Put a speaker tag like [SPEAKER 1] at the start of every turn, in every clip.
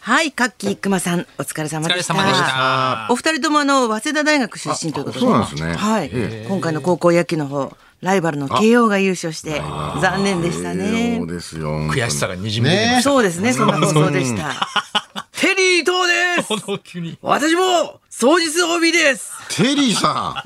[SPEAKER 1] はい、カッキーくまさん、お疲れ様
[SPEAKER 2] お疲
[SPEAKER 1] で
[SPEAKER 2] れ
[SPEAKER 1] した。
[SPEAKER 2] 様でした。
[SPEAKER 1] お二人ともあの早稲田大学出身ということで、
[SPEAKER 3] あそうなんですね
[SPEAKER 1] はい、今回の高校野球の方、ライバルの慶応が優勝して残念でしたね
[SPEAKER 3] そう。ですよ。
[SPEAKER 2] 悔しさ
[SPEAKER 3] が。
[SPEAKER 2] がにじみ出てまし
[SPEAKER 1] そうですね、そんな放送でした。テリー伊藤です。
[SPEAKER 2] た。この急に。
[SPEAKER 1] 私も総日 OB です。
[SPEAKER 3] テリー さん。あ、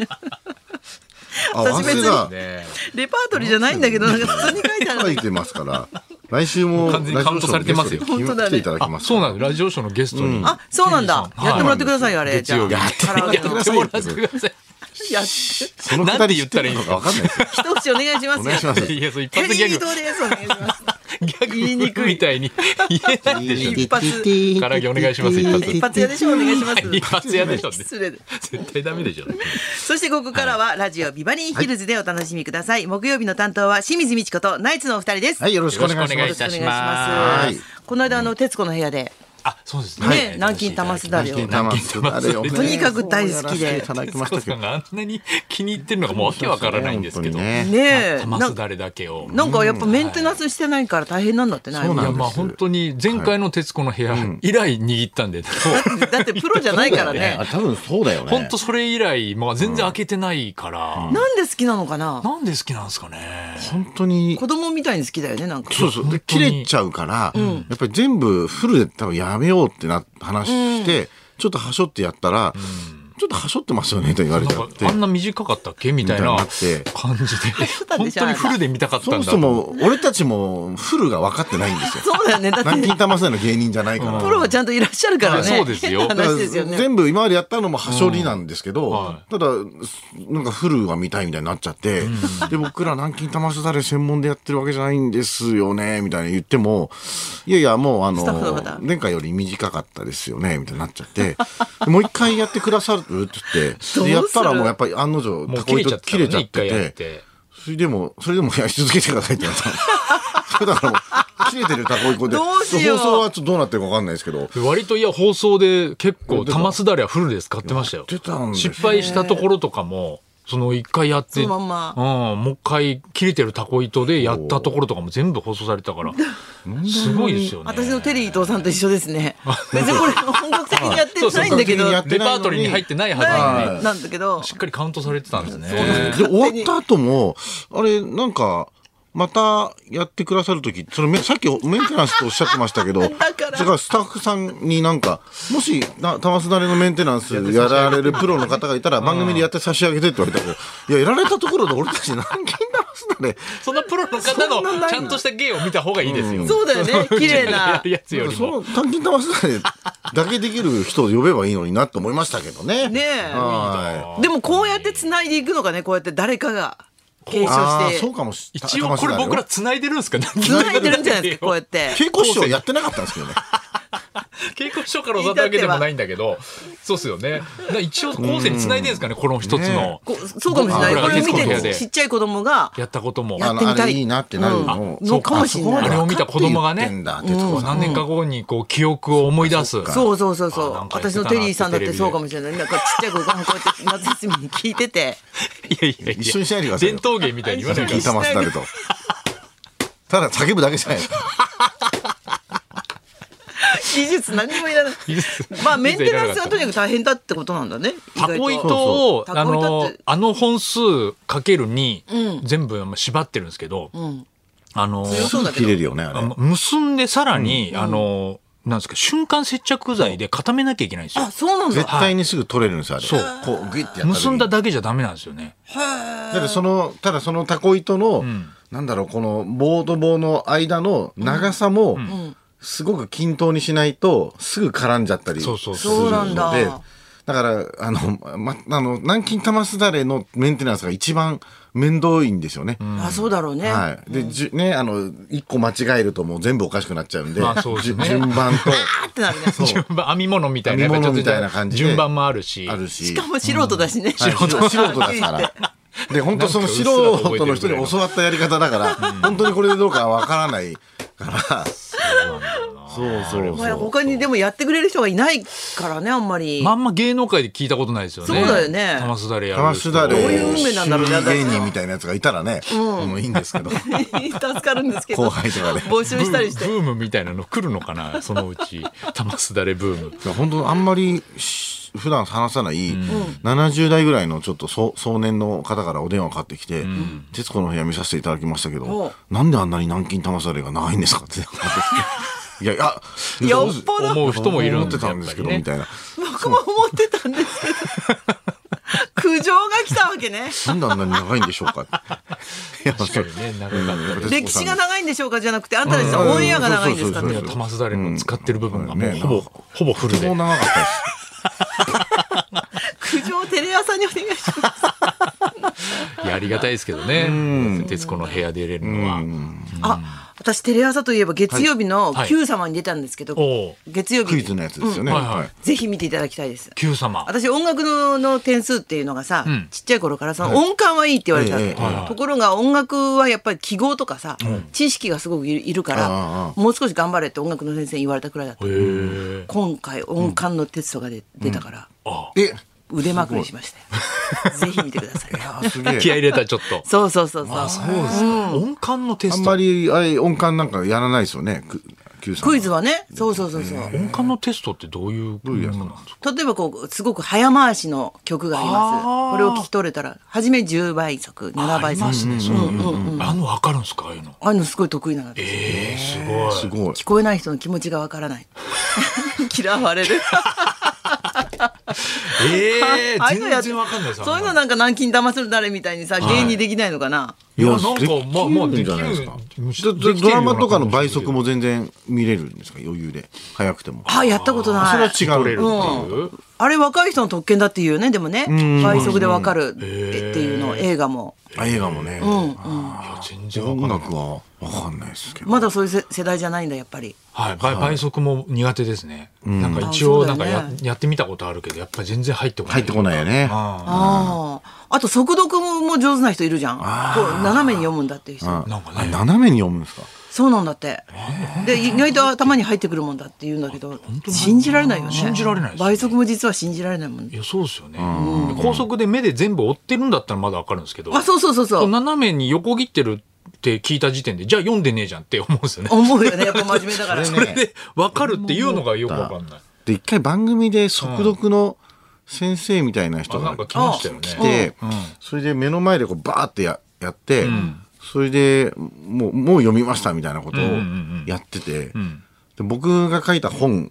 [SPEAKER 1] 私別に
[SPEAKER 3] 早稲
[SPEAKER 2] ね
[SPEAKER 1] レパートリーじゃないんだけど、なんか普通に書いてあ
[SPEAKER 3] 田書
[SPEAKER 1] る
[SPEAKER 3] い。てますから。来週も
[SPEAKER 2] 完全にカウントされてますよ
[SPEAKER 3] ラジオショーのゲストで来ていただき
[SPEAKER 2] あ
[SPEAKER 3] ます。
[SPEAKER 2] そうなんです。ラジオショーのゲストに。
[SPEAKER 1] あ、そうなんだ。
[SPEAKER 2] はい
[SPEAKER 1] やってもらってくださいよ、あれ。
[SPEAKER 2] 月曜
[SPEAKER 1] じ
[SPEAKER 2] 日
[SPEAKER 1] ゃあカラオケの
[SPEAKER 2] やってもらってください。
[SPEAKER 1] やって
[SPEAKER 3] その二
[SPEAKER 2] な
[SPEAKER 3] 人
[SPEAKER 2] んて
[SPEAKER 3] 言
[SPEAKER 2] 言っ
[SPEAKER 3] ったた
[SPEAKER 2] ら
[SPEAKER 3] ら
[SPEAKER 2] いい
[SPEAKER 3] いい
[SPEAKER 2] の
[SPEAKER 3] の
[SPEAKER 2] か
[SPEAKER 3] かわかんないですよ。
[SPEAKER 1] 一口お願いしますよ。
[SPEAKER 3] お願いします
[SPEAKER 2] いや、そう一
[SPEAKER 1] テ
[SPEAKER 2] 発ギ
[SPEAKER 1] リー伊
[SPEAKER 2] ャ
[SPEAKER 1] 藤
[SPEAKER 2] グ。
[SPEAKER 1] です。お願いします。
[SPEAKER 2] ギャグ
[SPEAKER 1] 言いにくい
[SPEAKER 2] みたいに。言えないでしょ。
[SPEAKER 1] 一発
[SPEAKER 2] 唐揚げお願いします一発
[SPEAKER 1] 一発屋でしょお願いしま
[SPEAKER 2] 一
[SPEAKER 1] す。
[SPEAKER 2] 発やでしょ。
[SPEAKER 1] 失礼で。
[SPEAKER 2] 絶対ダメでしょ。
[SPEAKER 1] そしてここからはラジオビバリーヒルズでお楽しみください。木曜日の担当は清水美智子とナイツのお二人です。
[SPEAKER 3] はい、よろしくお願い
[SPEAKER 2] よろしくお
[SPEAKER 3] し
[SPEAKER 2] 願
[SPEAKER 3] ま
[SPEAKER 2] い
[SPEAKER 3] す。
[SPEAKER 2] たします
[SPEAKER 1] はい
[SPEAKER 3] はい
[SPEAKER 1] この間あの徹子の部屋で
[SPEAKER 2] あ、そうです
[SPEAKER 1] ね、
[SPEAKER 2] ね。
[SPEAKER 1] 南京玉すだれを
[SPEAKER 2] 南
[SPEAKER 3] 南
[SPEAKER 2] 京
[SPEAKER 3] 京
[SPEAKER 2] 玉
[SPEAKER 3] 玉
[SPEAKER 2] すだれ
[SPEAKER 3] すだれ
[SPEAKER 2] を
[SPEAKER 3] を
[SPEAKER 2] ね
[SPEAKER 1] とにかく大好き
[SPEAKER 3] やらせて
[SPEAKER 1] で
[SPEAKER 3] いただきまし
[SPEAKER 2] 徹子
[SPEAKER 3] たけ
[SPEAKER 2] さ
[SPEAKER 3] ど
[SPEAKER 2] ん。があんなに気に入ってるのがもうわけわからないんですけど。
[SPEAKER 3] 本当にね
[SPEAKER 1] ねえ
[SPEAKER 2] 玉
[SPEAKER 1] な
[SPEAKER 2] すだれだけを。
[SPEAKER 1] なんかやっぱメンテナンスしてないから大変なんだってない
[SPEAKER 3] そう
[SPEAKER 2] い
[SPEAKER 3] なん
[SPEAKER 2] や
[SPEAKER 3] です
[SPEAKER 2] まあ本当に前回の『徹子の部屋』以来握ったんで、
[SPEAKER 1] だってプロじゃないからね
[SPEAKER 3] あ、。多分そうだよね。
[SPEAKER 2] 本当それ以来、まあ、全然開けてないか
[SPEAKER 1] な
[SPEAKER 2] ら、
[SPEAKER 1] んで好きなのかな。
[SPEAKER 2] なんで好きなんですかね
[SPEAKER 3] 本当に
[SPEAKER 1] 子。供みたいに好きだよねなんか。
[SPEAKER 3] そうそう。で
[SPEAKER 2] 本当
[SPEAKER 3] 切
[SPEAKER 2] に
[SPEAKER 3] れちゃうから、やっぱり全部フルで多分やめようってな、話して、ちょっとはしょってやったら、ちょっとはしょってますよねと言われちゃ
[SPEAKER 2] なん
[SPEAKER 3] って
[SPEAKER 2] かあ。んな短かったっけみたいな
[SPEAKER 3] みたいになって
[SPEAKER 2] 感じで
[SPEAKER 1] たで
[SPEAKER 2] 本
[SPEAKER 1] しょ
[SPEAKER 2] 当にフルで見たかった
[SPEAKER 3] そ
[SPEAKER 2] んだ
[SPEAKER 3] もそも俺たちもフルが分かってないんです よ。
[SPEAKER 1] そうだよねだって
[SPEAKER 3] 南京玉さんの芸人じゃないから。
[SPEAKER 1] プロはちゃんといらっしゃるからね。
[SPEAKER 2] あそうですよ
[SPEAKER 1] 変な
[SPEAKER 3] だから
[SPEAKER 1] 話ですよね。
[SPEAKER 3] 全部今までやったのもはしょりなんですけど、
[SPEAKER 2] んは
[SPEAKER 3] ただなんかフルは見たいみたいになっちゃって、で僕ら南京玉すだれ専門でやってるわけじゃないんですよねみたいに言ってもいやいやもうあ
[SPEAKER 1] スタッフの方
[SPEAKER 3] の前回より短かったですよねみたいになっちゃってでもう一回やってくださるって言ってでやったらもうやっぱり案の定
[SPEAKER 2] もう
[SPEAKER 3] たこ
[SPEAKER 2] 切れ
[SPEAKER 3] 糸
[SPEAKER 2] ちゃってたもんね一
[SPEAKER 3] 切
[SPEAKER 2] 回
[SPEAKER 3] れちゃ
[SPEAKER 2] やっ
[SPEAKER 3] ってて
[SPEAKER 2] て
[SPEAKER 3] それでもそれでもやり続けてくださいって言われた それだからもう切れてるたこいこで
[SPEAKER 1] どうしよう
[SPEAKER 3] 放送はちょっとどうなってるか分かんないですけど
[SPEAKER 2] 割といや放送で結構玉すだれはフルで使ってましたよ
[SPEAKER 3] やってたんですよ
[SPEAKER 2] 失敗したところとかもその一回やって
[SPEAKER 1] そのまん
[SPEAKER 2] うん、もう一回切れてるたこ糸でやったところとかも全部放送されてたからすごいですよね
[SPEAKER 1] 私のテリー伊藤さんと一緒ですね。別にこれ本格的にやってないんだけど、
[SPEAKER 3] そうそう
[SPEAKER 1] な
[SPEAKER 3] や
[SPEAKER 1] い
[SPEAKER 2] レ
[SPEAKER 3] ってないのに
[SPEAKER 2] パートリーに入ってないはずなのに
[SPEAKER 3] はい
[SPEAKER 1] なんだけど、
[SPEAKER 2] しっかりカウントされてたんですね
[SPEAKER 3] で終わった後もあれなんかまたやってくださる時それめさっきメンテナンスとおっしゃってましたけどだ
[SPEAKER 1] から
[SPEAKER 3] からスタッフさんになんかもしな玉すだれのメンテナンスやられるプロの方がいたら番組でやって差し上げてって言われたけどいややられたところで俺たち何金玉すだれ
[SPEAKER 2] そのプロの方のちゃんとした芸を見た方がいいですよ。
[SPEAKER 1] そうだよね、綺麗な
[SPEAKER 2] や。るやつより
[SPEAKER 3] そ
[SPEAKER 2] も。
[SPEAKER 3] の単金玉すだれだけできる人を呼べばいいのになと思いましたけどね。
[SPEAKER 1] ねえ
[SPEAKER 3] は
[SPEAKER 1] でもこうやって繋いでいくのがね、こうやって誰かが継
[SPEAKER 3] い。
[SPEAKER 1] 承
[SPEAKER 3] ああ
[SPEAKER 1] して
[SPEAKER 3] そう、かもしれない。
[SPEAKER 2] 一応これ僕ら繋いでるんですか繋
[SPEAKER 1] 繋いでるんじゃないですか、こうやっ。て。
[SPEAKER 3] 稽古師匠やってなかったんですけどね。
[SPEAKER 2] 稽古書から教わったわけでもないんだけど、そうっすよね。だから一応後世に繋いでるんですかね、この一つの
[SPEAKER 3] ね。
[SPEAKER 1] こうそうかもしれない。
[SPEAKER 3] 僕
[SPEAKER 1] こ
[SPEAKER 3] ら
[SPEAKER 1] れを見
[SPEAKER 3] が徹子の部
[SPEAKER 1] て
[SPEAKER 3] 屋
[SPEAKER 1] る
[SPEAKER 2] で
[SPEAKER 1] ちっちゃい子供が、
[SPEAKER 2] やったことも。
[SPEAKER 1] や
[SPEAKER 3] あ
[SPEAKER 1] ってみ
[SPEAKER 3] の
[SPEAKER 1] た
[SPEAKER 3] あ
[SPEAKER 1] い
[SPEAKER 3] れいいなってなるのを、
[SPEAKER 1] うんのかもしれない
[SPEAKER 3] あそこま
[SPEAKER 2] あ
[SPEAKER 3] で
[SPEAKER 2] れを見た子供が
[SPEAKER 3] 分かって
[SPEAKER 2] ね
[SPEAKER 3] 言ってんだ、
[SPEAKER 2] うん
[SPEAKER 3] 徹子さん
[SPEAKER 2] 何年か後にこう記憶を思い出す。
[SPEAKER 1] そうそうそうそう
[SPEAKER 2] あなん。かやっ
[SPEAKER 1] 私
[SPEAKER 2] て
[SPEAKER 1] の
[SPEAKER 2] たな
[SPEAKER 1] テリーさんだっ
[SPEAKER 2] テ
[SPEAKER 1] て
[SPEAKER 2] レビで
[SPEAKER 1] そうかもしれない。なんかちっちゃい子がこうやって夏休みに聞いて て。
[SPEAKER 2] いやいやいや。
[SPEAKER 3] 一緒にしないでくださいよ
[SPEAKER 2] 伝統芸みたいに言わないで
[SPEAKER 3] 金
[SPEAKER 2] くださ
[SPEAKER 3] 玉すだれと。ただ叫ぶだけじゃない。
[SPEAKER 1] 技術何もいらない。
[SPEAKER 2] い。
[SPEAKER 1] まあメンテナンスがとにかく大変だってことなんだね。意
[SPEAKER 2] タ
[SPEAKER 1] 外と
[SPEAKER 2] コ糸を
[SPEAKER 1] そうそうタ
[SPEAKER 2] あ
[SPEAKER 1] コ糸
[SPEAKER 2] の
[SPEAKER 1] って
[SPEAKER 2] あの本数かけるに
[SPEAKER 1] うん
[SPEAKER 2] 全部縛ってるんですけど、
[SPEAKER 1] ん
[SPEAKER 2] あの
[SPEAKER 1] 強そうだけ
[SPEAKER 3] 切
[SPEAKER 1] ど
[SPEAKER 3] れるよね、あ
[SPEAKER 2] あ
[SPEAKER 3] れ。
[SPEAKER 2] 結んでさらに、あのなんですか瞬間接着剤で固めなきゃいけないんですよ
[SPEAKER 1] あ、。そうなん
[SPEAKER 3] 絶
[SPEAKER 1] だ。
[SPEAKER 3] 対にすぐ取れるんですよ、あれ。
[SPEAKER 2] そう
[SPEAKER 3] こう、グイってやった時に
[SPEAKER 2] 結んだだけじゃダメなんですよね。
[SPEAKER 3] だからその、ただそのタコ糸の、
[SPEAKER 2] ん
[SPEAKER 3] なんだろう、この棒と棒の間の長さも、すごく均等にしないと、すぐ絡んじゃったりす
[SPEAKER 2] そ
[SPEAKER 3] る
[SPEAKER 2] うそうそう
[SPEAKER 1] そうな
[SPEAKER 3] の
[SPEAKER 1] ん
[SPEAKER 3] で、
[SPEAKER 1] だ
[SPEAKER 3] だから、あの、ま、あの、南京玉すだれのメンテナンスが一番面倒いんですよね。
[SPEAKER 1] あ、そうだろうね。
[SPEAKER 3] はい。で、じゅね、あの、一個間違えるともう全部おかしくなっちゃうんで、
[SPEAKER 2] まあそうですね
[SPEAKER 3] じゅ順番と、
[SPEAKER 1] ってなるね。
[SPEAKER 2] 順番編み物みたいな
[SPEAKER 3] 編み物
[SPEAKER 2] んかちょっと
[SPEAKER 3] みたいな感じで
[SPEAKER 2] 順番もあるし
[SPEAKER 3] あるし。
[SPEAKER 1] しかも素人だしね。
[SPEAKER 3] はい素人素人だから。で、本当その素人の人に教わったやり方だから、本当にこれでどうかはわからないから、そうそう
[SPEAKER 1] まあ、
[SPEAKER 3] そう。
[SPEAKER 1] 他にでもやってくれる人がいないからねあんまり、
[SPEAKER 2] まんま芸能界で聞いたことないですよね。
[SPEAKER 1] そうだよね
[SPEAKER 2] 玉すだれやる。
[SPEAKER 3] 玉すだれ、
[SPEAKER 1] どういう運命なんだろうね
[SPEAKER 3] 趣味芸人みたいなやつがいたらね、もういいんで すけ ど、
[SPEAKER 1] 助かるんですけど
[SPEAKER 3] 後輩とかで。
[SPEAKER 1] 募集
[SPEAKER 2] ブ
[SPEAKER 1] したり
[SPEAKER 2] ー
[SPEAKER 1] して
[SPEAKER 2] ブームみたいなの来るのかな、そのう ち。玉すだれブーム。
[SPEAKER 3] 本当あんまりし普段話さない、70代ぐらいのちょっと壮壮年の方からお電話かかってきて「徹、子の部屋見させていただきましたけ
[SPEAKER 1] お
[SPEAKER 3] どなんであんなに南京玉されが長いんですか?」っていやいや
[SPEAKER 1] よっぽど
[SPEAKER 2] 思う人もいる
[SPEAKER 3] 思
[SPEAKER 2] ん
[SPEAKER 3] っ
[SPEAKER 2] で
[SPEAKER 3] て
[SPEAKER 2] すよ
[SPEAKER 3] たんですけど、
[SPEAKER 2] やっ
[SPEAKER 3] み
[SPEAKER 2] ぱ
[SPEAKER 3] たいな
[SPEAKER 1] 僕も思ってたんですけど苦情が来たわけね
[SPEAKER 3] なんであんなに長いんでしょうかいやそ
[SPEAKER 2] りね。確かにね、長かったり。
[SPEAKER 1] 歴史が長いんでしょうかじゃなくてあんたたちのオンエアが長いんですか
[SPEAKER 3] うん
[SPEAKER 1] ね
[SPEAKER 3] うん
[SPEAKER 2] 玉すだれの使ってる部分がもう
[SPEAKER 3] うん
[SPEAKER 2] ほぼ、ほぼフル
[SPEAKER 3] も
[SPEAKER 2] で
[SPEAKER 3] う。長かったです
[SPEAKER 1] 苦情をテレ朝にお願いします
[SPEAKER 2] いや、ありがたいですけどね。徹子の部屋で入れるのは。
[SPEAKER 1] あ私テレ朝といえば月曜日の
[SPEAKER 2] はい
[SPEAKER 1] Q 様に出たんですけど、
[SPEAKER 2] おう
[SPEAKER 1] 月曜日
[SPEAKER 3] クイズのやつですよね、
[SPEAKER 2] うんはいはい
[SPEAKER 1] ぜひ見ていただきたいです
[SPEAKER 2] Q 様。
[SPEAKER 1] 私音楽のの点数っていうのがさ、
[SPEAKER 2] ん
[SPEAKER 1] ちっちゃい頃からその音感はいいって言われてたの、
[SPEAKER 3] えええ
[SPEAKER 1] ところが音楽はやっぱり記号とかさ、知識がすごくいるから
[SPEAKER 3] あああ
[SPEAKER 1] もう少し頑張れって音楽の先生に言われたくらいだった
[SPEAKER 2] へー
[SPEAKER 1] 今回音感のテストが出出たから、
[SPEAKER 2] あ
[SPEAKER 3] え
[SPEAKER 1] 腕まくりしましたよぜひ見てください
[SPEAKER 3] あす げえ
[SPEAKER 2] 気合い入れた、ちょっと。
[SPEAKER 1] そうそうそうそう
[SPEAKER 2] そうですか。音感のテ
[SPEAKER 3] あ
[SPEAKER 2] ス
[SPEAKER 3] んま
[SPEAKER 2] ト。
[SPEAKER 3] りあれ音感なんかやらないですよねク
[SPEAKER 1] クイ
[SPEAKER 3] ズ
[SPEAKER 1] ズはねそうそうそうそう、
[SPEAKER 2] 音感のテストってどういうものなんですか
[SPEAKER 1] 例えばこうすごく早回しの曲があります
[SPEAKER 2] ああ
[SPEAKER 1] これを聞き取れたら初め10倍速7
[SPEAKER 2] あ
[SPEAKER 1] 倍
[SPEAKER 2] り
[SPEAKER 1] 速
[SPEAKER 2] ま
[SPEAKER 1] あ,、
[SPEAKER 2] すね、そういうの。あの、わかるんですかああいうの。
[SPEAKER 1] あいうのすごい得意なのです
[SPEAKER 2] ええ、すごい。
[SPEAKER 3] すごい
[SPEAKER 1] 聞こえない人の気持ちがわから ない嫌われる
[SPEAKER 2] ええ
[SPEAKER 1] ああいうのや
[SPEAKER 2] 全然わかんないです。
[SPEAKER 1] そういう
[SPEAKER 2] あ
[SPEAKER 1] の
[SPEAKER 2] んま
[SPEAKER 1] なんか軟禁騙する誰みたいにさ芸人できないのかな、
[SPEAKER 2] りいや、なんか、まあまあ、でき
[SPEAKER 3] できるんじゃないですかド
[SPEAKER 2] る。
[SPEAKER 3] ドラマとかの倍速も全然見れるんですか余裕で早くても
[SPEAKER 1] あやったことない
[SPEAKER 3] それは
[SPEAKER 2] 聞き取れ
[SPEAKER 3] 違
[SPEAKER 2] る
[SPEAKER 3] う
[SPEAKER 2] っていう。
[SPEAKER 1] あれ若い人の特権だっていうよねでもね倍速でわかるって
[SPEAKER 2] へー
[SPEAKER 1] っていうのを映画も
[SPEAKER 3] あ映画も
[SPEAKER 2] い
[SPEAKER 3] ね
[SPEAKER 2] や全然わかん
[SPEAKER 3] 音
[SPEAKER 2] ない。
[SPEAKER 3] 楽は分かんないですけど
[SPEAKER 1] まだそういうせ世代じゃないんだやっぱり
[SPEAKER 2] はい、倍倍速も苦手ですね。なんか一応、
[SPEAKER 1] あそ
[SPEAKER 2] な
[SPEAKER 1] うんだ
[SPEAKER 2] か
[SPEAKER 1] よね
[SPEAKER 2] ややってみたことあるけど、やっぱり全然入ってこない。
[SPEAKER 3] 入ってこないよね
[SPEAKER 2] あ
[SPEAKER 1] あああと速読も上手な人いるじゃんこう斜めに読むんだっていう人
[SPEAKER 3] うん
[SPEAKER 2] なんかね
[SPEAKER 3] あれ斜めに読むんですか
[SPEAKER 1] そうなんだってで意外と頭に入ってくるもんだって言うんだけど信じられないよね
[SPEAKER 2] 信じられないですね
[SPEAKER 1] 倍速も実は信じられないもん
[SPEAKER 2] あ。いや、そうですよね。高速で目で全部追ってるんだったらまだわかるんですけど、
[SPEAKER 1] あそうそうそうそ
[SPEAKER 2] こう
[SPEAKER 1] う
[SPEAKER 2] 斜めに横切ってるって聞いた時点で、じゃあ読んでねえじゃんって思うんですよね。
[SPEAKER 1] 思うよねやっぱ真面目だから
[SPEAKER 3] そ
[SPEAKER 2] それ
[SPEAKER 3] れね
[SPEAKER 2] でわかるっていうのがよくわかんない。
[SPEAKER 3] で一回番組で速読の先生みたいな人
[SPEAKER 2] あ、な
[SPEAKER 3] が
[SPEAKER 2] んか来ましたよね。
[SPEAKER 3] 来て
[SPEAKER 2] うん
[SPEAKER 3] それで目の前でこうバーってややってそれでもうもう読みましたみたいなことを
[SPEAKER 2] うんうんうん
[SPEAKER 3] やってて
[SPEAKER 2] うん
[SPEAKER 3] で僕が書いた本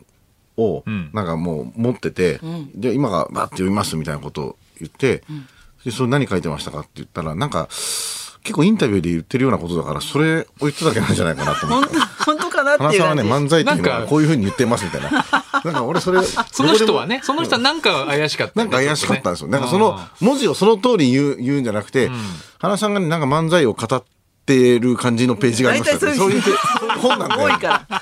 [SPEAKER 3] を
[SPEAKER 2] ん
[SPEAKER 3] なんかもう持ってて、で今がバッて読みますみたいなことを言って、でそれ何書いてましたかって言ったらなんか結構インタビューで言ってるようなことだからそれを言ってただけなんじゃないかな と思っ
[SPEAKER 1] 本
[SPEAKER 3] て。
[SPEAKER 1] 当本当かなっ
[SPEAKER 3] 花
[SPEAKER 1] ていう
[SPEAKER 3] さんは
[SPEAKER 1] 感じ
[SPEAKER 3] ね漫才っていうの
[SPEAKER 2] なん
[SPEAKER 3] は
[SPEAKER 2] か
[SPEAKER 3] こういうふうに言ってますみたいな。なんか俺それ
[SPEAKER 2] その人はね、その人はなんか怪しかった
[SPEAKER 3] な
[SPEAKER 2] よ
[SPEAKER 3] ん
[SPEAKER 2] ね、
[SPEAKER 3] か怪しかったんですよ。なんかそ
[SPEAKER 2] あ
[SPEAKER 3] の
[SPEAKER 2] ー
[SPEAKER 3] 文字をその通り言う言うんじゃなくて、原さんがねなんか漫才を語ってる感じのページがありましたよね。そう
[SPEAKER 1] 大
[SPEAKER 3] いう
[SPEAKER 1] 体
[SPEAKER 3] て
[SPEAKER 1] そういう
[SPEAKER 3] 本なんだよ。
[SPEAKER 1] 多いから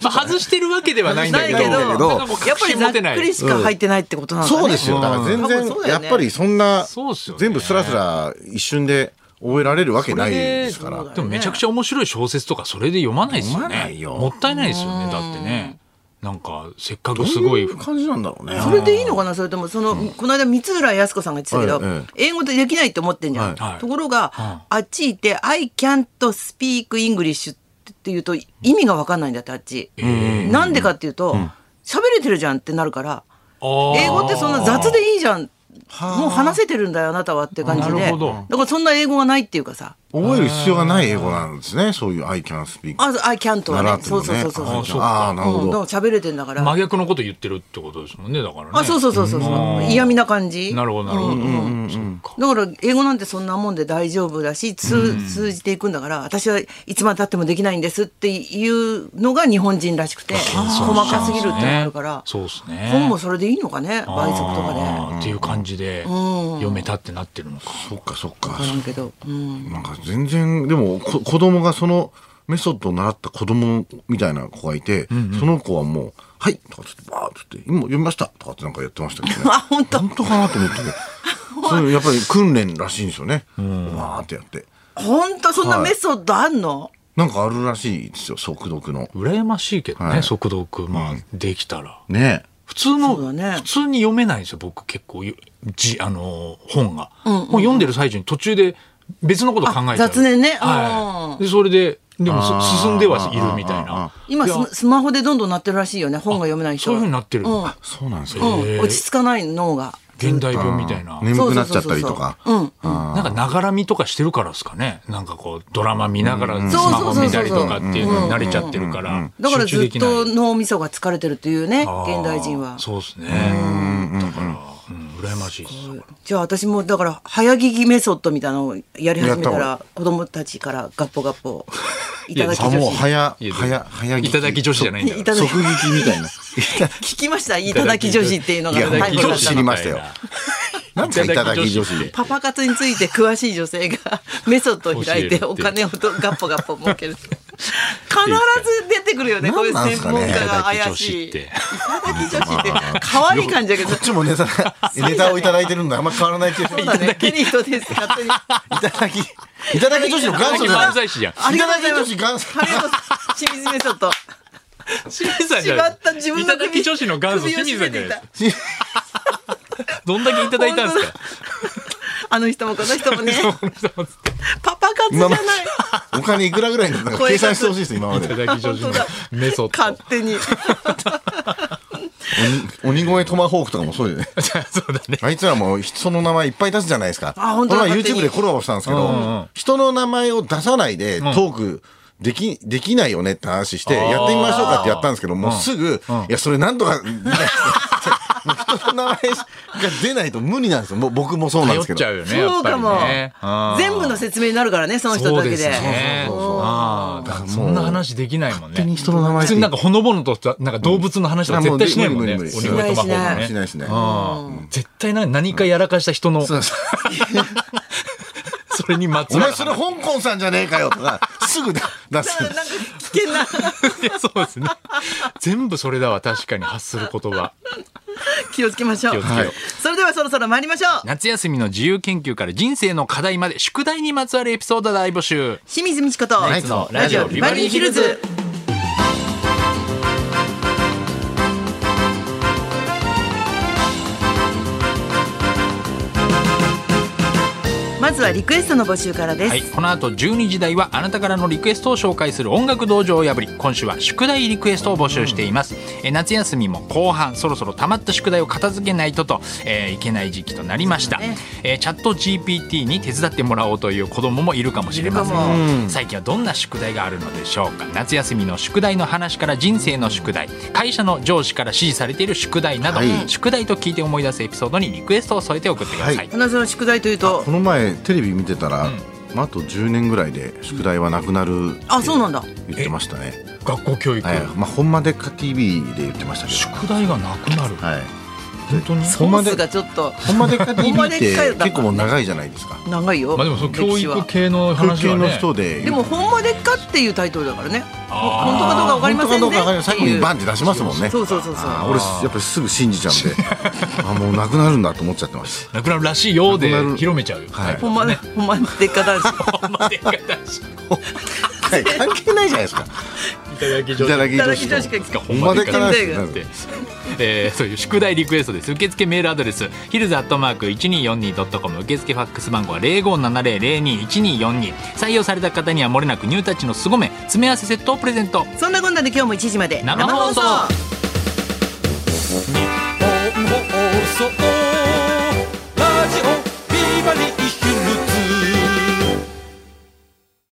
[SPEAKER 2] まあ、外してるわけではないんだけど、
[SPEAKER 1] ないけど
[SPEAKER 2] なんかもう
[SPEAKER 1] やっぱ
[SPEAKER 2] 確
[SPEAKER 1] り
[SPEAKER 2] 信
[SPEAKER 1] ざ
[SPEAKER 2] 持
[SPEAKER 1] ってく
[SPEAKER 2] ない
[SPEAKER 1] りしか入ってないってことなんだね
[SPEAKER 3] そうですよ。だから全
[SPEAKER 1] 多分そう
[SPEAKER 3] 然
[SPEAKER 1] だ
[SPEAKER 3] や
[SPEAKER 1] よ
[SPEAKER 3] っ
[SPEAKER 1] ね
[SPEAKER 3] ぱりそんな
[SPEAKER 2] そうっすよね
[SPEAKER 3] 全部スラスラ一瞬で覚えられるわけないですから。
[SPEAKER 1] れ
[SPEAKER 2] でもめちゃくちゃ面白い小説とかそれで読まないですよね
[SPEAKER 3] 読まないよ
[SPEAKER 2] もったいないですよねだってねなんかせっかくすごい
[SPEAKER 3] どうう感じなんだろうね。
[SPEAKER 1] それでいいのかなそれともその、この間三浦靖子さんが言ってたけど、
[SPEAKER 3] え
[SPEAKER 1] 英語でできないって思ってんじゃん、
[SPEAKER 2] はいはい
[SPEAKER 1] ところが、あっち行って「I can't speak English」って言うと意味が分かんないんだってあっち、なんでかっていうと喋、れてるじゃんってなるから英
[SPEAKER 2] 英
[SPEAKER 1] 語ってそんな雑でいいじゃんもう話せてるんだよあなたはって感じで
[SPEAKER 2] なる
[SPEAKER 1] だ
[SPEAKER 2] ほど
[SPEAKER 1] からそんな英語がないっていうかさ
[SPEAKER 3] 覚える必要がない英語なんですね。そういう I can speak
[SPEAKER 1] 「あ I can't」は
[SPEAKER 3] 習っ
[SPEAKER 1] ね
[SPEAKER 3] てる
[SPEAKER 1] そう
[SPEAKER 3] の
[SPEAKER 1] そう
[SPEAKER 3] ね
[SPEAKER 1] そうそうそ
[SPEAKER 2] あー
[SPEAKER 1] う
[SPEAKER 2] そっ
[SPEAKER 3] あ
[SPEAKER 2] か
[SPEAKER 3] あなるほ
[SPEAKER 1] うん、だ
[SPEAKER 3] ど。
[SPEAKER 1] から喋れてんだから、
[SPEAKER 2] 真逆のこと言ってるってことですもんねだからね
[SPEAKER 1] あそうそうそうそうそう嫌味な感じ
[SPEAKER 2] なるほどなるほど、そっ
[SPEAKER 1] だか
[SPEAKER 2] か
[SPEAKER 1] ら英語なんてそんなもんで大丈夫だし通通じていくんだから私はいつまでたってもできないんですっていうのが日本人らしくて細かすぎるってなるから
[SPEAKER 2] そうですね
[SPEAKER 1] 本もそれでいいのかね倍速とかで。
[SPEAKER 2] あーっていう感じで読めたってなってるのか、
[SPEAKER 3] そっかそっか
[SPEAKER 1] わ。からんけど、うん、
[SPEAKER 3] なんか全然でもこ子供がそのメソッドを習った子供みたいな子がいて、その子はもう「はい」とかつってバーッつって「今読みました」とかってなんかやってましたけどね
[SPEAKER 1] あ本当
[SPEAKER 3] 本当かなと思ってねそういうやっぱり訓練らしいんですよね、わーってやって
[SPEAKER 1] 本当そんなメソッドあんの、
[SPEAKER 3] なんかあるらしいですよ、速読の。
[SPEAKER 2] 羨ましいけどね、
[SPEAKER 3] はい
[SPEAKER 2] 速読、まあ、できたら。
[SPEAKER 3] ね
[SPEAKER 2] 普通
[SPEAKER 1] そう
[SPEAKER 2] の、
[SPEAKER 1] だね
[SPEAKER 2] 普通に読めないんですよ、僕結構、ゆじ、あの、本が。もう読んでる最中に途中で別のこと考えちゃう。
[SPEAKER 1] あ雑念ね
[SPEAKER 2] は
[SPEAKER 1] う
[SPEAKER 2] い。で、それで、でもそ
[SPEAKER 3] あー
[SPEAKER 2] 進んではいるみたい
[SPEAKER 3] あ
[SPEAKER 2] な。
[SPEAKER 1] 今
[SPEAKER 2] いや
[SPEAKER 1] ススマホでどんどんなってるらしいよね本が読めない人
[SPEAKER 2] そういうふうになってる。
[SPEAKER 1] うん
[SPEAKER 3] え。そうなんですか。
[SPEAKER 1] うん
[SPEAKER 2] へえ
[SPEAKER 1] 落ち着かない脳が
[SPEAKER 2] 現代病みたいな。
[SPEAKER 3] 眠くなっちゃったりとか。
[SPEAKER 1] そうそうそうそううん
[SPEAKER 3] あ
[SPEAKER 2] なんか、ながら見とかしてるからですかね。なんかこう、ドラマ見ながら、ス
[SPEAKER 1] そう
[SPEAKER 2] マ
[SPEAKER 1] そうそう
[SPEAKER 2] ホ
[SPEAKER 1] そう
[SPEAKER 2] 見たりとかっていうのに慣れちゃってるから、
[SPEAKER 1] だから
[SPEAKER 2] 集中
[SPEAKER 1] ずっ
[SPEAKER 2] できない
[SPEAKER 1] と脳みそが疲れてるっていうね
[SPEAKER 2] あー
[SPEAKER 1] 現代人は
[SPEAKER 2] そうですね。だから、うん、羨ましいです。
[SPEAKER 1] じゃあ私もだから早聞きメソッドみたいなのをやり始めた
[SPEAKER 3] や
[SPEAKER 1] ら子供たちからガッポガッポいただき
[SPEAKER 3] あ、もう、
[SPEAKER 1] 女子
[SPEAKER 3] 早、
[SPEAKER 2] いや
[SPEAKER 3] 早、早
[SPEAKER 2] いただき女子じゃないんだ
[SPEAKER 1] い
[SPEAKER 2] か
[SPEAKER 1] ただき
[SPEAKER 3] 即撃みたいな。
[SPEAKER 1] 聞きましたいただき女子っていうのが
[SPEAKER 3] いや
[SPEAKER 1] タイトルだ
[SPEAKER 3] 本当
[SPEAKER 1] った
[SPEAKER 3] に知
[SPEAKER 1] の
[SPEAKER 3] りましたよなんかいただき女子で。
[SPEAKER 1] パパ活について詳しい女性が メソッドを開いてお金をとガッポガッポ儲ける必ず出てくるよねこういう
[SPEAKER 3] なんなん
[SPEAKER 1] 専
[SPEAKER 3] すか
[SPEAKER 1] 門
[SPEAKER 3] ね
[SPEAKER 1] 家が怪しいい
[SPEAKER 2] いただき女子って
[SPEAKER 1] ただき女子って可愛い感じだけど
[SPEAKER 3] こっちもネタ、ネタをいただいてるんで、あんま変わらない気がする。
[SPEAKER 1] そ
[SPEAKER 3] いう
[SPEAKER 1] だねテリーとです勝手に
[SPEAKER 3] ただき、いただき女子の元祖じゃない。
[SPEAKER 2] 漫才師じゃん
[SPEAKER 1] ありがとうございます
[SPEAKER 3] いただき女子元祖
[SPEAKER 1] ありがとうございます清水メソッド
[SPEAKER 2] 清水さんじ
[SPEAKER 1] 縛
[SPEAKER 2] ゃない
[SPEAKER 1] った自分の
[SPEAKER 2] いただき
[SPEAKER 1] 首
[SPEAKER 2] 女子の元祖
[SPEAKER 1] 首を
[SPEAKER 2] 清水
[SPEAKER 1] 絞
[SPEAKER 2] さ
[SPEAKER 1] め
[SPEAKER 2] んじ
[SPEAKER 1] て
[SPEAKER 2] ゃない
[SPEAKER 1] いた
[SPEAKER 2] ですどんだけいただいたんですか
[SPEAKER 1] あの人もこの人も ねパパ活じゃ
[SPEAKER 3] 今
[SPEAKER 1] な
[SPEAKER 3] ま
[SPEAKER 1] い
[SPEAKER 3] でお金いくらぐらいになったのか計算してほしいです、今ま
[SPEAKER 2] いた
[SPEAKER 3] で。
[SPEAKER 2] だき女子
[SPEAKER 1] 本
[SPEAKER 2] の
[SPEAKER 1] 当だ
[SPEAKER 2] メソッ
[SPEAKER 1] 勝
[SPEAKER 2] ド
[SPEAKER 1] 手に
[SPEAKER 3] 鬼鬼越トマホークとかもそうでね。
[SPEAKER 2] そうだね
[SPEAKER 3] あいつらも人の名前いっぱい出すじゃないですか。
[SPEAKER 1] あ本当だ
[SPEAKER 3] この前
[SPEAKER 1] 勝手に
[SPEAKER 3] YouTube でコラボしたんですけ
[SPEAKER 2] うんうんう
[SPEAKER 3] ど、人の名前を出さないでトークでき、できないよねって話して、
[SPEAKER 2] あー
[SPEAKER 3] やってみましょうかってやったんですけど、もうすぐ
[SPEAKER 2] うん、
[SPEAKER 3] いや、それなんとか、 みたいなもう人の名前が出ないと無理なんですよ。もう僕もそうなん
[SPEAKER 2] 頼
[SPEAKER 3] ですけ
[SPEAKER 2] っ
[SPEAKER 3] ど。
[SPEAKER 2] ちゃうよね
[SPEAKER 1] そうかも
[SPEAKER 2] やっぱりね
[SPEAKER 1] 全部の説明になるからねその人
[SPEAKER 2] そう
[SPEAKER 1] だけ
[SPEAKER 2] で
[SPEAKER 1] です
[SPEAKER 2] ね
[SPEAKER 3] そうそうそうそう
[SPEAKER 2] あーだからそんな話できないもんね
[SPEAKER 3] 勝手に人の名前
[SPEAKER 2] 普通になんかほのぼのとしたなんか動物の話とか絶対しないもんね
[SPEAKER 3] うん
[SPEAKER 2] 鬼
[SPEAKER 3] 無理
[SPEAKER 2] 越
[SPEAKER 3] 無理
[SPEAKER 2] トマホ
[SPEAKER 1] しない
[SPEAKER 2] ーク
[SPEAKER 1] う
[SPEAKER 2] ね
[SPEAKER 3] しないしね。
[SPEAKER 2] うん絶対な何かやらかした人の
[SPEAKER 3] そう
[SPEAKER 2] そ
[SPEAKER 3] そう
[SPEAKER 2] れにまつ
[SPEAKER 3] お
[SPEAKER 2] わ
[SPEAKER 3] 前
[SPEAKER 2] る
[SPEAKER 3] それ香港さんじゃねえかよと か、すぐ出す。
[SPEAKER 1] なんか危険な
[SPEAKER 2] いやそうですね全部それだわ確かに発する言葉
[SPEAKER 1] 気をつけましょ
[SPEAKER 2] 気
[SPEAKER 1] う
[SPEAKER 2] をつけよう
[SPEAKER 3] はい
[SPEAKER 1] それではそろそろ参りましょう
[SPEAKER 2] 夏休みの自由研究から人生の課題まで宿題にまつわるエピソード大募集
[SPEAKER 1] 清水美智子と
[SPEAKER 2] ナイツのラジオビバリーヒルズ
[SPEAKER 1] まずはリクエストの募集からです、
[SPEAKER 2] はい、この後12時台はあなたからのリクエストを紹介する音楽道場を破り今週は宿題リクエストを募集しています、え夏休みも後半そろそろ溜まった宿題を片付けないとと、えーいけない時期となりました、
[SPEAKER 1] そうです
[SPEAKER 2] えーチャット GPT に手伝ってもらおうという子供もいるかもしれませ
[SPEAKER 1] いるか
[SPEAKER 2] ん最近はどんな宿題があるのでしょうか夏休みの宿題の話から人生の宿題会社の上司から指示されている宿題など、
[SPEAKER 3] はい
[SPEAKER 2] 宿題と聞いて思い出すエピソードにリクエストを添えて送ってください、
[SPEAKER 3] はい
[SPEAKER 1] 花園宿題というと
[SPEAKER 3] この前テレビ見てたら、
[SPEAKER 2] うん
[SPEAKER 3] まあ、あと10年ぐらいで宿題はなくなるって
[SPEAKER 1] あそうなんだ
[SPEAKER 3] 言ってましたね、
[SPEAKER 2] 学校教育、
[SPEAKER 3] はいまあ、ほんまでっか TV で言ってましたけ
[SPEAKER 2] 宿題がなくなる
[SPEAKER 3] ど、はい、
[SPEAKER 2] 本当に
[SPEAKER 1] ソースがちょっと
[SPEAKER 3] ほんまでっか TV
[SPEAKER 1] ほんま
[SPEAKER 3] っ
[SPEAKER 1] でっかい
[SPEAKER 3] て
[SPEAKER 1] だから
[SPEAKER 3] 結構もう長いじゃないですか
[SPEAKER 1] 長いよ、
[SPEAKER 2] まあでもその教
[SPEAKER 1] 歴史は
[SPEAKER 2] 育系の
[SPEAKER 3] 空
[SPEAKER 2] 話
[SPEAKER 3] 系
[SPEAKER 2] は
[SPEAKER 3] の
[SPEAKER 2] ね。
[SPEAKER 3] 人で
[SPEAKER 1] でも「ほんまでっか?」っていうタイトルだからね
[SPEAKER 2] あー
[SPEAKER 1] 本当かどうかわかりませんね
[SPEAKER 3] 本当かどうかわかりません
[SPEAKER 1] っていう
[SPEAKER 3] 最後にバンって出しますもんね
[SPEAKER 1] そうそうそうそう
[SPEAKER 3] あー俺やっぱりすぐ信じちゃうん であもうなくなるんだと思っちゃってます
[SPEAKER 2] なくなるらしいようで
[SPEAKER 3] なくなる
[SPEAKER 2] 広めちゃうよ。
[SPEAKER 3] は い
[SPEAKER 1] ほんまねほんまでっか男子
[SPEAKER 2] ほんまでっかい話。
[SPEAKER 3] はい関係ないじゃないですか
[SPEAKER 2] いただき
[SPEAKER 3] いただき
[SPEAKER 1] いただ
[SPEAKER 3] 女
[SPEAKER 1] き
[SPEAKER 3] 子
[SPEAKER 1] 女子が来た
[SPEAKER 2] ほ
[SPEAKER 3] ほ
[SPEAKER 2] ん
[SPEAKER 3] ん
[SPEAKER 2] ま
[SPEAKER 3] ま
[SPEAKER 2] で
[SPEAKER 3] で
[SPEAKER 2] っ
[SPEAKER 3] っ
[SPEAKER 2] か
[SPEAKER 3] か
[SPEAKER 2] い
[SPEAKER 3] い
[SPEAKER 2] 話
[SPEAKER 3] 話
[SPEAKER 1] になる
[SPEAKER 2] って。えー、そういう宿題リクエストです受付メールアドレスヒルズアットマーク 1242.com 受付ファックス番号は0570021242採用された方にはもれなくニュータッチの凄め詰め合わせセットをプレゼント
[SPEAKER 1] そんなこんなで今日も1時まで
[SPEAKER 2] 生放
[SPEAKER 4] 放
[SPEAKER 2] 送
[SPEAKER 4] 送ラジオ